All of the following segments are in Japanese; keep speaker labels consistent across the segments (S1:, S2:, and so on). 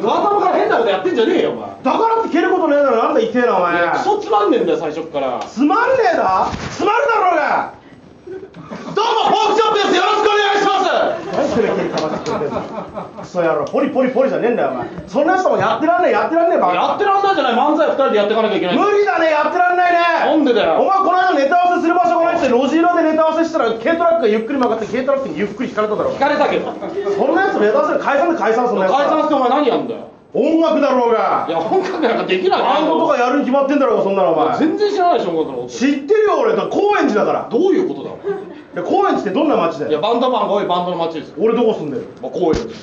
S1: ことやってんじゃねえよお前
S2: だからって蹴ることねえだろなんだ言ってえなお前
S1: クソつまんねえんだよ最初っから
S2: つまんねえなつまるだろうが
S1: どうもフォークショップですよろしくお願いします
S2: 何それ蹴りかましてくれてんのクソ野郎ポリポリポリじゃねえんだよお前そんな人もやってらんねえやってらんねえバカ
S1: やってらんないじゃない漫才二人でやっていかなきゃいけない
S2: 無理だねやってらんないね
S1: なんでだよ
S2: お前この間ネタ合わせする場所がないって路地裏でネタ合わせしたら軽トラックがゆっくり曲がって軽トラックにゆっくり引かれただろ
S1: 聞かれたけど解
S2: そんなやつネタ合わせ解散で解散そんなやつ
S1: 散してお前何やんだよ
S2: 音楽だろう
S1: い
S2: が
S1: や音楽なんかできない
S2: バンドとかやるに決まってんだろうがそんなのお前
S1: 全然知らないでしょ音楽のこと
S2: 知ってるよ俺だ高円寺だから
S1: どういうことだお前
S2: いや高円寺ってどんな街だ
S1: いや
S2: よ
S1: バンドマンが多いバンドの街ですよ、
S2: 俺どこ住んでる
S1: まあ、高円寺ね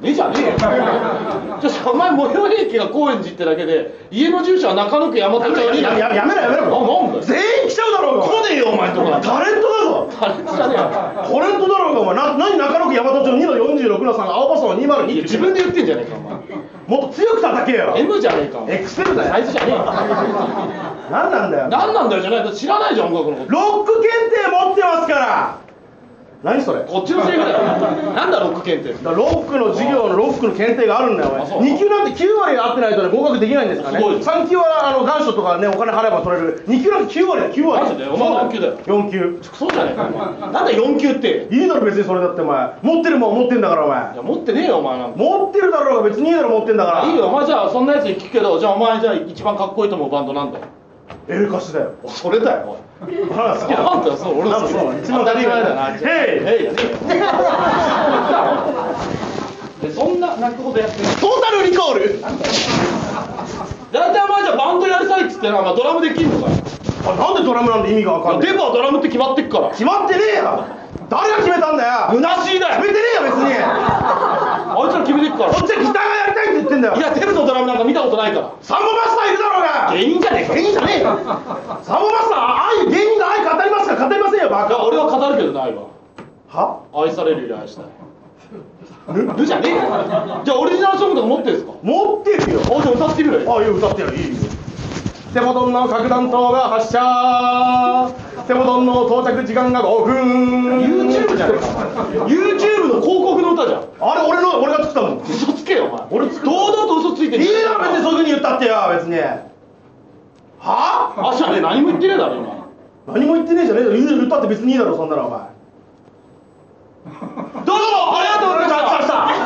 S1: えじゃねえよちょっとお前最寄り駅が高円寺ってだけで家の住所は中野区大和町に
S2: やややめろやめろ
S1: ななんだよ
S2: 全員来ちゃうだろうが
S1: 来ねえよお前んとこなんて
S2: タレントだぞ
S1: タレントじゃねえよ
S2: タレントだろうがお前な何中野区山田町2の46の3青葉さんの202って
S1: いや
S2: 言って
S1: 自
S2: んだよ
S1: 分で言ってんじゃねえかお前
S2: もっと強く叩けよ
S1: M じゃねえかお前
S2: エクセルだ
S1: サイ
S2: よ
S1: ズじゃねえよ
S2: 何なんだよ
S1: 何なんだよじゃない知らないじゃん音楽のこと
S2: ロック検定持ってますから何それだか
S1: こっちのセリフだよなんだロック検定って
S2: らロックの授業のロックの検定があるんだよ
S1: あそう
S2: お前2級なんて9割合ってないとね合格できないんですからね
S1: すごいです
S2: 3級はあの願書とかねお金払えば取れる2級なんて9割だよ9割
S1: マジでお前何級だよ
S2: 4級
S1: クソじゃねえかお前なんだ4級って
S2: いいだろ別にそれだってお前持ってるもん持ってんだからお
S1: い
S2: 前
S1: や持ってねえよお前なんか
S2: 持ってるだろうが別にいいだろ持ってんだから
S1: いいよお前じゃあそんなやつに聞くけどじゃあお前じゃあ一番かっこいいと思うバンドなんだよ
S2: エルカシだよ
S1: それだよおい
S2: あ好きだ
S1: なんだよそう俺の好き
S2: なんだそう一番
S1: 当たり前だな
S2: ヘイ
S1: ヘイやねえよでそんな泣くほどやってる
S2: トータルリコール
S1: 大体お前じゃあバンドやりたいっつってなお前ドラムできんのかよ
S2: あなんでドラムなんで意味がわかんな
S1: デ
S2: い
S1: ブはドラムって決まってっから
S2: 決まってねえよ誰が決めたんだよ
S1: 虚しいだ
S2: 決め
S1: よ
S2: てねえよ別に
S1: あいつら決めてっか
S2: こっ
S1: ら
S2: ちはギターがやりたいって言ってんだよ
S1: いやデブのドラムなんか見たことないか
S2: サンボマスターいるだろう
S1: ら
S2: が
S1: 芸人じゃねえか
S2: 芸人じゃねえよサンボマスターああいう芸人が愛語りますか語りませんよバ
S1: いや
S2: カ
S1: 俺は語るけどないわ
S2: は
S1: 愛されるより愛したいぬぬじゃねえよじゃあオリジナルソングとか持ってるんですか
S2: 持ってるよ
S1: あじゃあ歌ってみろよ
S2: ああいう歌ってやるいいよ手元の核弾頭が発射手元の到着時間が5分
S1: YouTube じゃねえかお前 YouTube の広告の歌じゃん
S2: あれ俺の俺が作ったもん
S1: 嘘つけよお前
S2: 俺作った
S1: 堂々と嘘ついて
S2: い
S1: んじゃねえ
S2: いだろ別にそういうふうに言ったってよ別にはあ
S1: あじゃねえ何も言ってねえだろ今
S2: 何も言ってねえじゃねえだろ言ったって別にいいだろそんなのお前
S1: どうもありがとうございました